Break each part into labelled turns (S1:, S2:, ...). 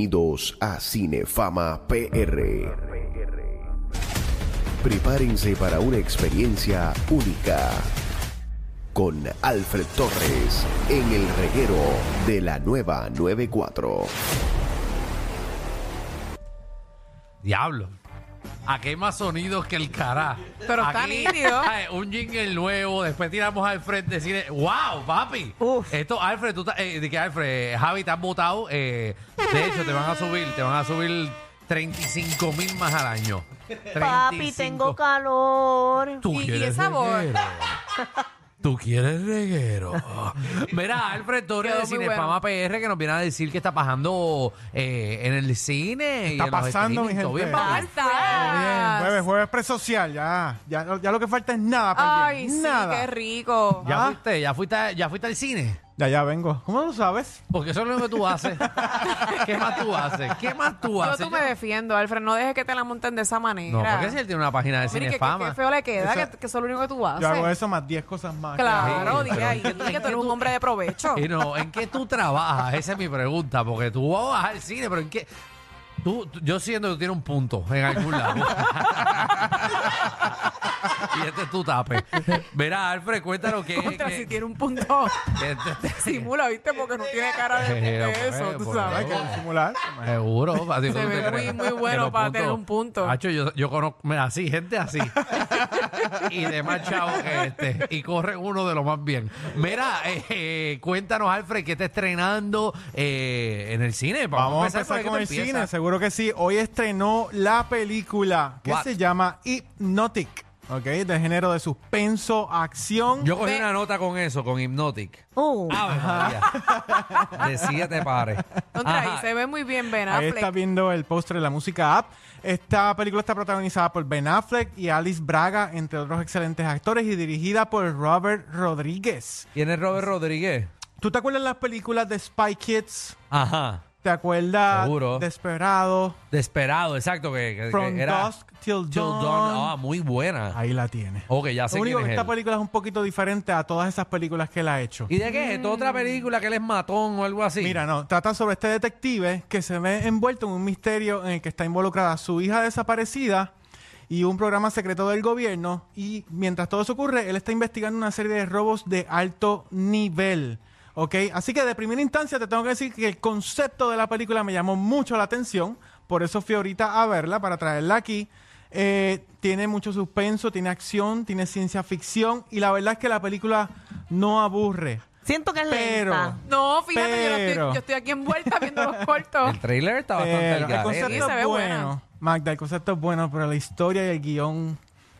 S1: Bienvenidos a Cinefama PR. Prepárense para una experiencia única con Alfred Torres en el reguero de la nueva 94.
S2: Diablo. Aquí hay más sonidos que el cará.
S3: Pero está
S2: Aquí,
S3: nítido.
S2: Un jingle nuevo, después tiramos a Alfred decir, wow, papi.
S3: Uf.
S2: Esto, Alfred, tú estás- eh, de que Alfred, Javi, te has votado. eh, de hecho, te van a subir, te van a subir 35 mil más al año.
S4: Papi,
S2: 35.
S4: tengo calor.
S2: ¿Tú
S3: Y- y
S2: quieres
S3: esa voz.
S2: reguero? Tú quieres reguero. Mira, Alfred Torres
S3: Quedó
S2: de
S3: muy
S2: Cinefama PR que nos viene a decir que está pasando eh, en el cine. y
S5: Está
S2: en los
S5: pasando, mi
S2: streaming. ¿Todo
S5: gente.
S2: bien, papi?
S5: Bien,
S3: ¡Basta!
S5: jueves, jueves presocial, ya. ya. Ya lo que falta es nada para el
S3: ¡Ay,
S5: viernes,
S3: sí!
S5: nada.
S3: ¡Qué rico!
S2: ¿Ya
S5: Ah.
S2: fuiste? ¿Ya fuiste, a- ya fuiste al cine?
S5: ya, ya vengo. ¿Cómo lo sabes?
S2: Porque eso es lo que tú haces. ¿Qué más tú haces? ¿Qué más tú
S3: Yo
S2: haces?
S3: tú me defiendo, Alfred. No dejes que te la monten de esa manera.
S2: no, porque si él tiene una página de
S3: Mira, que, que,
S2: cinefama.
S3: que feo le queda,
S5: Eso-
S3: que, que eso es lo único que tú haces.
S5: Yo hago eso más 10 cosas más.
S3: Claro,
S2: Sí,
S3: dile
S2: pero-
S3: ahí que tú eres un hombre de provecho.
S2: Y no, ¿en qué tú trabajas? Esa es mi pregunta, porque tú vas al cine, pero ¿en qué? Tú, tú- yo siento que tú tienes un punto en algún lado. y este es tu tape. Mira, Alfred, cuéntanos qué...
S3: Contra
S2: qué-
S3: si tiene un punto,
S2: qué- te- te-
S3: simula, ¿viste? Porque no tiene cara de, de
S2: Eh, no,
S3: eso,
S2: eh,
S3: tú
S2: por
S3: sabes.
S5: Hay que disimular.
S2: Seguro. pa, digo,
S3: Se
S2: ¿tú
S3: ve
S2: te
S3: muy-
S2: crees?
S3: muy
S2: Que
S3: bueno
S2: los
S3: para
S2: puntos-
S3: tener un punto.
S2: Hacho, yo, yo conozco, mira, así, gente así. y de más chavo que este. Y corre uno de lo más bien. Mira, eh, eh, cuéntanos, Alfred, ¿qué está estrenando eh, en el cine?
S5: Vamos a empezar
S2: por
S5: con
S2: ahí
S5: el
S2: que tú
S5: cine,
S2: empiezas.
S5: seguro que sí. Hoy estrenó la película que
S2: What?
S5: se llama Hypnotic, ¿ok? De género de suspenso, acción.
S2: Yo cogí
S3: Ve- Ah,
S2: una nota con eso, con Hypnotic.
S4: Oh,
S2: Decía te pare.
S3: Contra,
S2: Ajá.
S3: ahí se ve muy bien Ben
S5: Ahí está
S3: Affleck.
S5: viendo el póster de la música app. Esta película está protagonizada por Ben Affleck y Alice Braga, entre otros excelentes actores, y dirigida por Robert Rodríguez.
S2: ¿Quién es Robert Rodríguez?
S5: ¿Tú te acuerdas las películas de Spy Kids?
S2: Ajá.
S5: ¿Te acuerdas?
S2: Seguro.
S5: Desperado.
S2: Desperado, exacto. Que, que- que
S5: From
S2: era
S5: Dusk Till
S2: Till Dawn.
S5: Dawn.
S2: Ah, muy buena.
S5: Ahí la tiene.
S2: Ok, ya sé
S5: Lo único
S2: quién
S5: que
S2: es
S5: esta
S2: él.
S5: película es un poquito diferente a todas esas películas que él ha hecho.
S2: ¿Y de qué es esto?
S3: Mm.
S2: ¿Otra película que él es matón o algo así?
S5: Mira, no, trata sobre este detective que se ve envuelto en un misterio en el que está involucrada su hija desaparecida y un programa secreto del gobierno. Y mientras todo eso ocurre, él está investigando una serie de robos de alto nivel. ¿Ok? Así que de primera instancia te tengo que decir que el concepto de la película me llamó mucho la atención. Por eso fui ahorita a verla, para traerla aquí. Eh, tiene mucho suspenso, tiene acción, tiene ciencia ficción. Y la verdad es que la película no aburre.
S4: siento que es
S5: Pero-
S4: lenta.
S3: No, fíjate, yo, no
S5: Pero-
S3: estoy, yo estoy aquí envuelta viendo los cortos.
S2: El trailer está bastante ¿eh?
S5: Pero
S2: al
S5: el
S2: garete.
S5: concepto
S3: Se ve
S5: es
S3: buena.
S5: bueno. Magda, el concepto es bueno, pero la historia y el guión.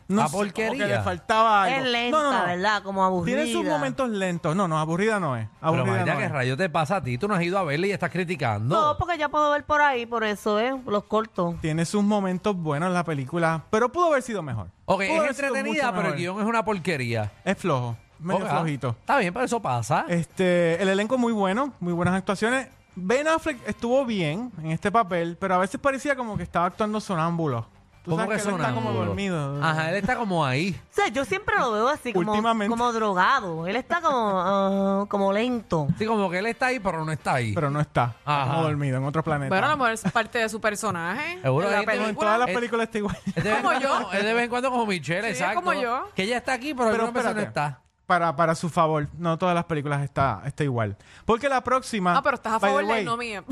S5: No
S2: Ah,
S5: sé, como
S2: porquería.
S5: que le faltaba algo.
S4: Es lenta,
S5: No, no, no.
S4: ¿verdad? Como aburrida.
S5: Tiene sus momentos lentos. No, no, aburrida no es.
S2: Pero
S5: Aburrida
S2: Magda,
S5: no
S2: ¿qué
S5: es.
S2: rayo te pasa a ti? Tú no has ido a verle y estás criticando.
S4: No,
S3: pues,
S4: porque ya puedo ver por ahí, por eso, ¿eh? Los cortos.
S5: Tiene sus momentos buenos la película, pero pudo haber sido mejor.
S2: ok,
S5: Pudo
S2: es
S3: pues,
S5: haber sido
S2: entretenida,
S5: mucho
S2: pero el
S5: mejor.
S2: guión es una porquería.
S5: Es flojo, medio
S2: Ok, ah,
S5: flojito.
S2: Está bien, pero eso pasa.
S5: Este, el elenco muy bueno, muy buenas actuaciones. Ben Affleck estuvo bien en este papel, pero a veces parecía como que estaba actuando sonámbulo. Tú
S2: ¿Cómo
S5: sabes
S2: que
S5: él
S2: suena?
S5: Está como dormido.
S2: Ajá, él está como ahí.
S4: O sea, yo siempre lo veo así, como,
S5: Últimamente.
S4: como drogado. Él está como, ah, como lento.
S2: Sí, como que él está ahí, pero no está ahí.
S5: Pero no está. Está
S2: Ajá.
S5: como dormido en otro planeta.
S3: Bueno, a lo mejor es parte de su personaje.
S2: Seguro
S3: de la
S2: ahí te-
S5: No, en
S3: película.
S5: todas las
S2: Eh,
S5: películas está igual.
S2: Es de vez en
S3: Como yo.
S2: cuando- es de vez en cuando como Michelle,
S3: Sí, es
S2: exacto.
S3: como yo.
S2: Que ella está aquí, pero,
S5: Pero
S2: alguna persona no
S5: espérate.
S2: está.
S5: Para, para su favor, no todas las películas está, está igual. Porque la próxima.
S3: Ah, pero estás a
S5: by the
S3: favor de
S5: way,
S3: no mía.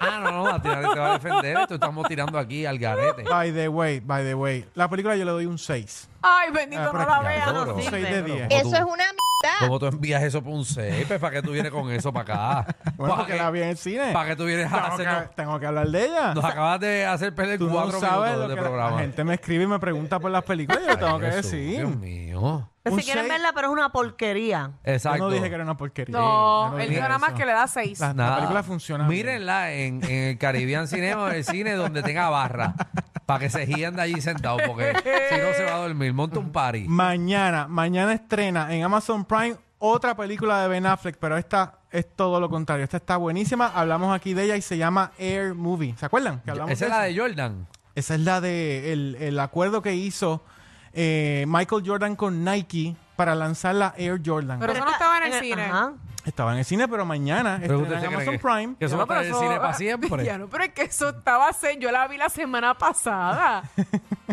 S2: Ah, no, no, a ti nadie te va a defender. Te estamos tirando aquí al garete.
S5: By the way, by the way. La película yo le doy un 6.
S3: Ay, bendito,
S5: Ah,
S3: no
S5: pero
S3: la
S5: ya,
S3: veas.
S4: no
S2: Seguro.
S5: Un
S4: sirve.
S5: 6 de 10.
S2: Pero-
S6: Eso es una mierda.
S2: ¿Cómo tú envías eso para un seis? Pues, ¿Para qué tú vienes con eso para acá?
S5: Bueno,
S2: ¿Para
S5: porque
S2: qué-
S5: la vi en el cine.
S2: ¿Para qué tú vienes a
S5: Tengo
S2: hacernos
S5: que, tengo que hablar de ella.
S2: Nos acabas de hacer perder
S5: Tú no
S2: cuatro
S5: sabes
S2: minutos
S5: lo
S2: de
S5: que la,
S2: programa.
S5: gente me escribe y me pregunta por las películas. Yo le tengo que
S2: Ay, Jesús,
S5: decir.
S2: Dios mío.
S5: Un
S4: si quieren
S5: seis.
S4: verla, pero es una porquería.
S5: Yo
S2: Exacto.
S5: no dije que era una porquería. Yo
S3: No, él
S5: dije
S3: dijo nada más
S5: eso.
S3: que le da seis.
S5: La, la
S2: Nada.
S5: película funciona. bien.
S2: Mírenla en, en el Caribbean Cinema, el cine donde tenga barra. Para que se gían de allí sentados, porque si no se va a dormir. Monta un party.
S5: Mañana, mañana estrena en Amazon Prime otra película de Ben Affleck, pero esta es todo lo contrario. Esta está buenísima. Hablamos aquí de ella y se llama Air Movie. ¿Se acuerdan? que hablamos
S2: Esa
S5: de
S2: es la
S5: eso?
S2: de Jordan.
S5: Esa es la de el, el acuerdo que hizo eh, Michael Jordan con Nike para lanzar la Air Jordan.
S3: Pero eso no
S4: está-
S3: estaba en el cine.
S4: Ajá.
S5: Estaba en el cine, pero mañana
S2: Pregunta,
S5: estará en
S2: ¿usted cree
S5: Amazon
S2: que-
S5: Prime.
S2: Que eso va
S3: Diablo,
S2: a estar en
S3: pero
S2: el cine para
S3: ah,
S2: siempre.
S3: diablo, pero es que eso estaba hace, yo la vi la semana pasada.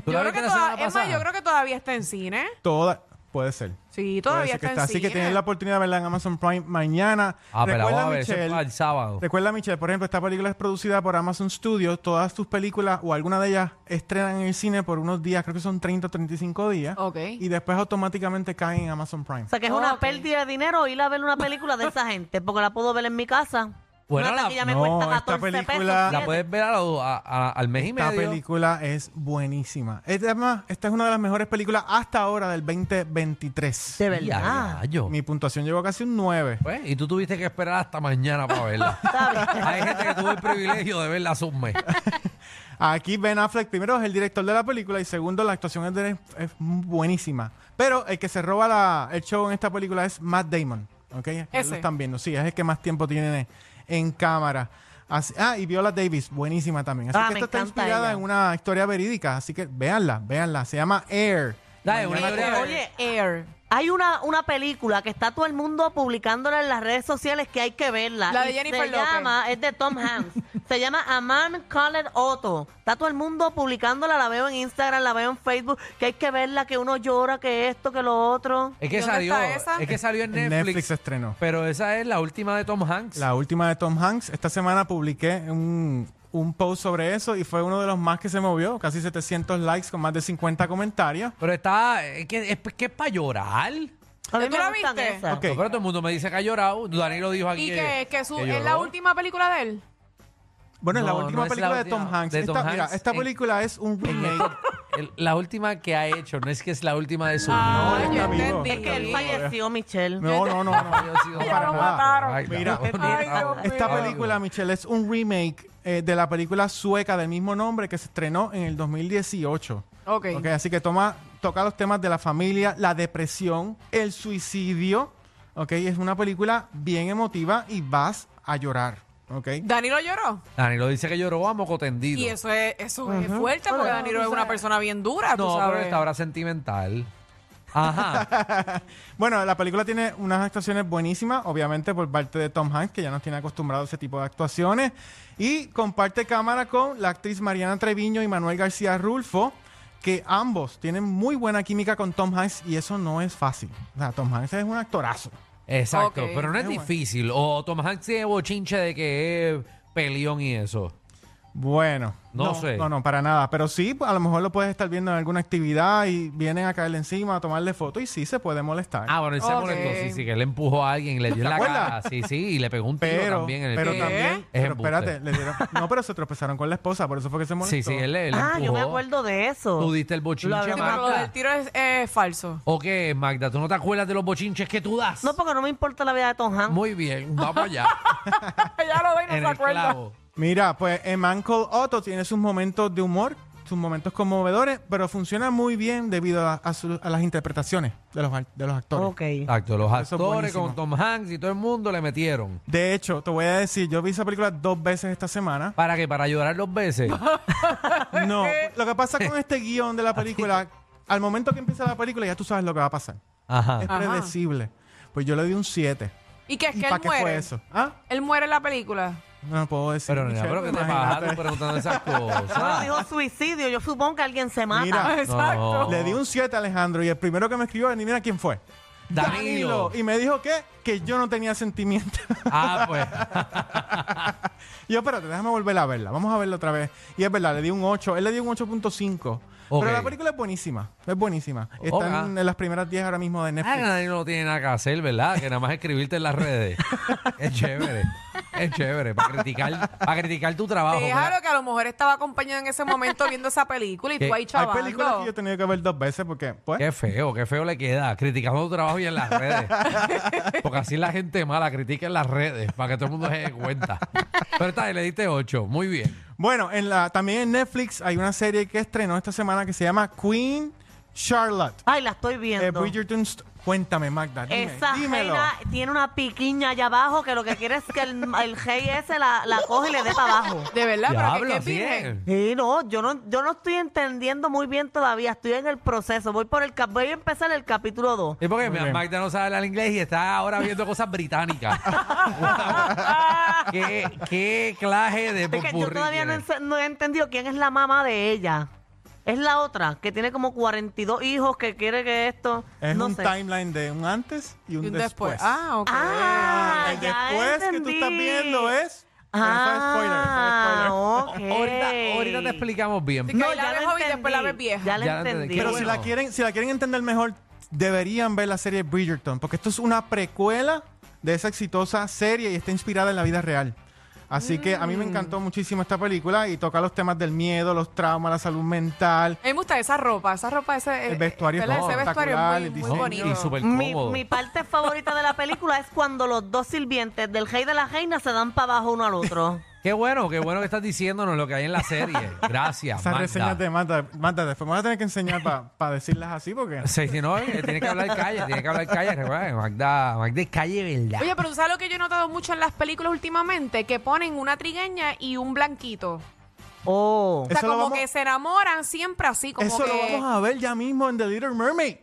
S2: ¿Tú la
S3: Yo creo
S2: viste
S3: que
S2: la
S3: toda-
S2: semana
S3: es más,
S2: pasada?
S3: yo creo que todavía está en cine.
S5: Toda, puede ser.
S3: Sí,
S5: Puede
S3: todavía
S5: ser que
S3: está en
S5: está. Así
S3: cine.
S5: que tienen la oportunidad de verla en Amazon Prime mañana.
S2: Ah, pero la
S5: Recuerda,
S2: vamos a ver, eso es
S5: Michelle,
S2: para el sábado.
S5: Recuerda, Michelle, por ejemplo, esta película es producida por Amazon Studios. Todas tus películas o alguna de ellas estrenan en el cine por unos días, creo que son 30 o 35 días.
S3: Ok.
S5: Y después automáticamente caen en Amazon Prime.
S4: O sea, que es
S3: Oh,
S4: una
S3: ok.
S4: pérdida de dinero ir a ver una película de esa gente, porque la puedo ver en mi casa.
S2: Bueno,
S4: Una
S2: la-
S4: taquilla me
S5: no,
S4: cuesta
S5: esta
S4: 14 pesos,
S5: película-
S2: La
S4: fíjate.
S2: puedes ver a lo- a- a- al mes y
S5: Esta
S2: medio.
S5: película es buenísima. Es, además, esta es una de las mejores películas hasta ahora del 2023.
S4: De
S2: Y a
S4: verdad.
S2: rayo.
S5: Mi puntuación llegó a casi un 9.
S2: Pues, y tú tuviste que esperar hasta mañana para verla. Hay gente que tuvo el privilegio de verla hace un mes.
S5: Aquí Ben Affleck, primero, es el director de la película y segundo, la actuación es, de- es buenísima. Pero el que se roba la- el show en esta película es Matt Damon. ¿Ok? Ya
S3: Ese.
S5: Lo están viendo. Sí, es el que más tiempo tiene en cámara. Así- ah, y Viola Davis, buenísima también. Así
S4: Ah,
S5: que
S4: me
S5: esta está
S4: encanta
S5: inspirada
S4: ella.
S5: en una historia verídica. Así que véanla, véanla. Se llama Air.
S2: Dale, una
S4: Oye,
S2: historia-
S4: oye,
S3: Eh, Air.
S4: hay una, una película que está todo el mundo publicándola en las redes sociales que hay que verla.
S3: La de
S4: Y
S3: Jennifer
S4: se
S3: López.
S4: llama, es de Tom Hanks. se llama A Man Called Otto. Está todo el mundo publicándola, la veo en Instagram, la veo en Facebook, que hay que verla, que uno llora, que esto, que lo otro.
S2: Es que
S3: ¿Dónde
S2: salió,
S3: está esa?
S2: es que salió en
S5: En
S2: Netflix.
S5: Netflix se estrenó.
S2: Pero esa es la última de Tom Hanks.
S5: La última de Tom Hanks. Esta semana publiqué un, un post sobre eso y fue uno de los más que se movió. Casi 700 likes con más de 50 comentarios.
S2: Pero está, es que es, que es para llorar.
S4: A mí
S3: ¿Tú
S4: me
S3: la
S4: gustan
S3: viste?
S4: esas.
S5: Ok.
S2: No, pero todo el mundo me dice que ha llorado. Danilo dijo aquí
S3: Y que, que su- es
S2: lloró.
S3: la última película de él.
S5: Bueno, es la
S2: No,
S5: última
S2: no es la
S5: película de
S2: última
S5: Tom Hanks.
S2: de
S5: esta,
S2: Tom
S5: mira,
S2: Hanks
S5: esta
S2: en-
S5: película es un remake.
S2: El- la última que ha hecho, no es que es la última de su
S3: Ah,
S2: novia.
S3: yo
S5: está vivo.
S3: entendí.
S4: Es que él falleció, Michelle.
S5: No, no, no, no.
S2: Yo sigo-
S5: para
S3: lo
S5: nada.
S3: mataron.
S2: Ay,
S5: Mira,
S2: la-
S3: Ay, Dios mío.
S5: Esta película, Michelle, es un remake eh, de la película sueca del mismo nombre que se estrenó en el 2018.
S3: Ok.
S5: Ok, así que toma, toca los temas de la familia, la depresión, el suicidio. Ok, es una película bien emotiva y vas a llorar. Ok.
S3: Danilo lloró.
S2: Danilo dice que lloró a moco tendido.
S3: Y eso es, eso es fuerte porque
S4: Bueno,
S3: Danilo
S4: tú
S3: es una
S4: sabes.
S3: persona bien dura, Ah, tú
S2: no, pero
S3: sabes.
S2: esta hora sentimental. Ajá.
S5: Bueno, la película tiene unas actuaciones buenísimas, obviamente por parte de Tom Hanks, que ya nos tiene acostumbrado a ese tipo de actuaciones. Y comparte cámara con la actriz Mariana Treviño y Manuel García Rulfo, que ambos tienen muy buena química con Tom Hanks y eso no es fácil. O sea, Tom Hanks es un actorazo.
S2: Exacto.
S3: Ok.
S2: Pero no es
S5: Qué bueno.
S2: difícil. O Tom Hanks tiene bochinche de que es peleón y eso.
S5: Bueno,
S2: No sé.
S5: No, no, para nada. Pero sí, a lo mejor lo puedes estar viendo en alguna actividad y vienen a caerle encima, a tomarle fotos y sí se puede molestar.
S2: Ah, bueno, él se
S3: Ok.
S2: molestó. Sí, sí, que él empujó a alguien, le dio en la
S5: acuerdas?
S2: cara. Sí, sí, y le pegó un tiro
S5: pero
S2: también en el
S5: pero
S2: pie.
S5: también,
S2: Es
S5: pero
S2: embuste.
S5: espérate, le dieron- no, pero se tropezaron con la esposa, por eso fue que se molestó.
S2: Sí, sí, él, él
S4: Ah, yo me
S2: empujó.
S4: acuerdo de eso.
S2: Tú diste el bochinche,
S4: Lo
S3: Sí,
S4: hablamos.
S3: pero lo del
S2: Magda.
S3: tiro es eh, falso.
S2: ¿O qué, Magda? ¿Tú no te acuerdas de los bochinches que tú das?
S4: No, pues, porque no me importa la vida de Tom Hanks.
S2: Muy bien, vamos allá.
S3: ya lo doy, no
S2: en
S3: se
S2: el
S3: acuerda.
S2: clavo.
S5: Mira, pues en Man Called Otto tiene sus momentos de humor, sus momentos conmovedores, pero funciona muy bien debido a, a su- a las interpretaciones de los, al- de los actores.
S4: Ok.
S2: Exacto, los
S5: Eso es
S2: actores
S5: buenísimo.
S2: con Tom Hanks y todo el mundo le metieron.
S5: De hecho, te voy a decir, yo vi esa película dos veces esta semana.
S2: ¿Para qué? ¿Para llorar dos veces?
S5: No, lo que pasa con este guión de la película, al momento que empieza la película ya tú sabes lo que va a pasar.
S2: Ah. Ajá.
S5: Es
S3: Ajá.
S5: predecible. Pues yo le di un 7.
S3: ¿Y que es
S5: ¿Y
S3: que
S5: para
S3: él
S5: qué
S3: muere?
S5: fue eso? ¿Ah?
S3: Él muere en la película.
S5: No puedo decir.
S2: Pero, nena,
S5: Michelle,
S2: pero que te pues,
S5: imagínate.
S2: pajaron preguntando esas
S4: No,
S2: cosas.
S4: dijo suicidio. Yo supongo que alguien se mata.
S5: Mira,
S3: Ah, Exacto.
S2: No.
S5: Le di un 7 a Alejandro y el primero que me escribió, ni mira quién fue.
S2: Danilo.
S5: Y me dijo que, que yo no tenía sentimiento.
S2: Ah, pues.
S5: Y yo, espérate, déjame volver a verla. Vamos a verla otra vez. Y es verdad, le di un 8. Él le dio un 8.5.
S2: Ok.
S5: Pero la película es buenísima. Es buenísima. Está en,
S2: Ok.
S5: en las primeras 10 ahora mismo de
S2: Ah,
S5: Netflix.
S2: que Danilo no tiene nada que hacer, ¿verdad? Que nada más escribirte en las redes. Es chévere. Es chévere. Para criticar, para criticar tu trabajo.
S3: Déjalo
S2: ¿verdad?
S3: que a lo mejor estaba acompañado en ese momento viendo esa película y
S2: ¿Qué?
S3: tú ahí
S5: Hay
S3: chavando.
S5: películas que yo he tenido que ver dos veces porque, pues,
S2: Qué feo, qué feo le queda. Criticando tu trabajo y en las redes. Porque así la gente mala critica en las redes. Para que todo el mundo se dé cuenta. Pero está, bien, le diste 8. Muy bien.
S5: Bueno, en la, también en Netflix hay una serie que estrenó esta semana que se llama Queen Charlotte.
S4: Ay, la estoy
S5: Eh,
S4: viendo.
S5: Bridgerton, St- Cuéntame, Magda. Dime,
S4: Esa
S5: dímelo.
S4: reina tiene una piquiña allá abajo que lo que quiere es que el, el rey ese la, la coge y le dé para abajo.
S3: De verdad, pero
S2: Diablo, eh.
S3: que, que virgen.
S2: bien.
S4: Sí, no, yo no, yo no estoy entendiendo muy bien todavía, estoy en el proceso, voy por el cap- voy a empezar el capítulo 2.
S2: Es porque
S5: Muy bien.
S2: Magda no sabe hablar inglés y está ahora viendo cosas británicas. ¿Qué, ¿Qué clase de
S4: Es que yo
S2: popurrí
S4: todavía no,
S2: tiene?
S4: ense- no he entendido quién es la mamá de ella. Es la otra, que tiene como 42 hijos, que quiere que esto...
S5: Es
S4: no
S5: un
S4: sé.
S5: timeline de un antes y un,
S3: Y un
S5: después.
S3: después. Ah, ok.
S4: Ah,
S5: el
S4: ya
S5: después que tú estás
S4: entendí.
S5: viendo es.
S4: Ah,
S5: Pero eso es spoiler, eso es spoiler.
S4: ok.
S2: Ahorita, ahorita te explicamos bien.
S3: Sí, que ahí la
S4: ya
S3: ves
S4: lo
S3: joven y después la ves
S4: entendí,
S3: vieja.
S4: Ya
S2: Ya
S4: la
S2: la entendí.
S4: entendí.
S2: Qué
S5: Pero si
S2: bueno.
S5: la quieren, si la quieren entender mejor, deberían ver la serie Bridgerton, porque esto es una precuela de esa exitosa serie y está inspirada en la vida real. Así que a mí
S4: Mm.
S5: me encantó muchísimo esta película y toca los temas del miedo, los traumas, la salud mental.
S3: A mí me gusta esa ropa, esa ropa, ese, eh,
S5: El vestuario
S3: ¿verdad?
S5: es
S3: ese vestuario
S5: espectacular,
S3: es
S5: el
S3: muy, muy
S5: diseño.
S3: bonito.
S2: Y súper
S4: Mi,
S2: cómodo.
S4: mi parte favorita de la película es cuando los dos sirvientes del rey y de la reina se dan para abajo uno al otro.
S2: Qué bueno, qué bueno que estás diciéndonos lo que hay en la serie. Gracias,
S5: Esas
S2: Magda.
S5: reseñas de Mata, Mata, después me vas a tener que enseñar para decirlas así, porque.
S2: Sí, sí, no, eh, tiene que hablar calle, tiene que hablar calle, recuerden, Magda, Magda es calle, ¿verdad?
S3: Oye, pero tú sabes lo que yo he notado mucho en las películas últimamente, que ponen una trigueña y un blanquito.
S4: Oh.
S3: O sea,
S5: Eso lo
S3: como
S5: vamos-
S3: que se enamoran siempre así, como
S5: Eso
S3: que...
S5: lo vamos a ver ya mismo en The Little Mermaid.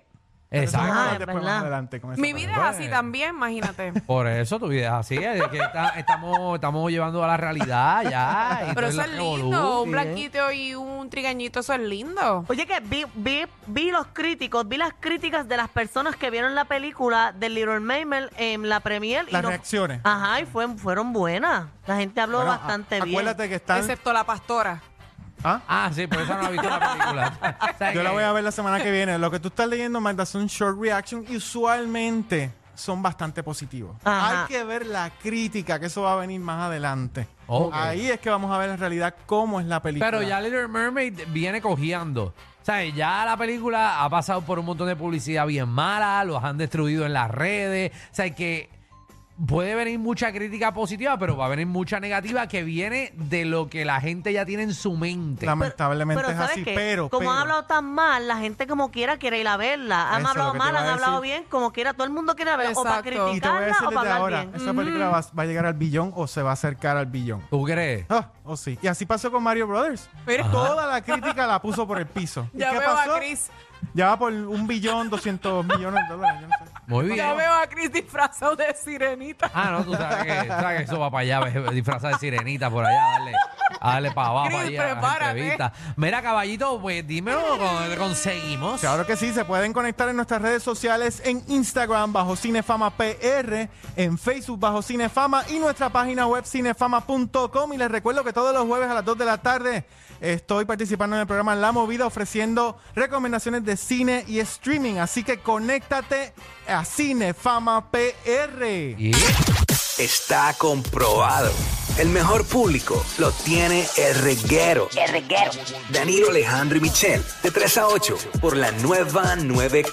S2: Exacto.
S4: Ah, es
S5: Después más
S4: verdad.
S5: adelante con esa
S3: Mi
S5: parte.
S3: vida es así también, imagínate.
S2: Por eso tu vida es así, es que está- estamos, estamos llevando a la realidad ya. y
S3: Pero
S2: todo
S3: eso es
S2: el revolú.
S3: lindo, un
S2: Sí, ¿eh?
S3: blanquito y un trigueñito, eso es lindo.
S4: Oye, que vi, vi, vi los críticos, vi las críticas de las personas que vieron la película de Little Mermaid en la premier. y
S5: Las
S4: no-
S5: reacciones.
S4: Ajá, y fue- fueron buenas. La gente habló
S5: Bueno, a-
S4: bastante bien.
S5: Acuérdate que están.
S3: Excepto la pastora.
S5: ¿Ah?
S2: Ah, sí, por eso no he visto la película. O sea
S5: Yo la
S2: que-
S5: voy a ver la semana que viene. Lo que tú estás leyendo, Magda, son short reaction y usualmente son bastante positivos.
S4: Ajá.
S5: Hay que ver la crítica, que eso va a venir más adelante.
S2: Ok.
S5: Ahí es que vamos a ver en realidad cómo es la película.
S2: Pero ya Little Mermaid viene cojeando. O sea, ya la película ha pasado por un montón de publicidad bien mala, los han destruido en las redes. O sea, que puede venir mucha crítica positiva, pero va a venir mucha negativa que viene de lo que la gente ya tiene en su mente.
S5: Lamentablemente
S4: Pero
S5: es
S4: ¿sabes
S5: así,
S4: qué?
S5: pero.
S4: como han
S5: pero-
S4: hablado tan mal, la gente como quiera quiere ir a verla. Han
S5: Eso es lo
S4: hablado
S5: que te
S4: mal,
S5: iba a
S4: han hablado
S5: decir.
S4: bien, como quiera, todo el mundo quiere ver o para
S3: Exacto.
S5: Y te voy a
S4: criticarla
S5: decir
S4: o
S5: desde
S4: para
S5: ahora,
S4: hablar bien.
S5: esa película va, va a llegar al billón o se va a acercar al billón.
S2: ¿Tú crees?
S5: Ah, oh, sí. Y así pasó con Mario Brothers.
S3: Mira.
S5: Toda la crítica la puso por el piso. ¿Y
S3: Ya
S5: qué
S3: veo
S5: pasó?
S3: a Chris,
S5: Ya va por un billón, doscientos millones de dólares. yo no sé.
S2: Muy bien.
S3: ya veo a Chris disfrazado de sirenita.
S2: Ah, no, tú sabes que, sabes que eso va para allá, ve- disfrazado de sirenita por allá, darle, darle para abajo
S3: Chris,
S2: ahí a las
S3: prepárate.
S2: entrevistas. Mira, caballito, pues dímelo, ¿cómo le conseguimos?
S5: Claro que sí, se pueden conectar en nuestras redes sociales en Instagram bajo Cinefama PR, en Facebook bajo Cinefama y nuestra página web cinefama.com. Y les recuerdo que todos los jueves a las 2 de la tarde estoy participando en el programa La Movida ofreciendo recomendaciones de cine y streaming. Así que conéctate a Cinefama PR.
S2: Y-
S6: Está comprobado. El mejor público lo tiene el reguero. El reguero. Danilo Alejandro y Michel, de 3 a 8, por la nueva 9.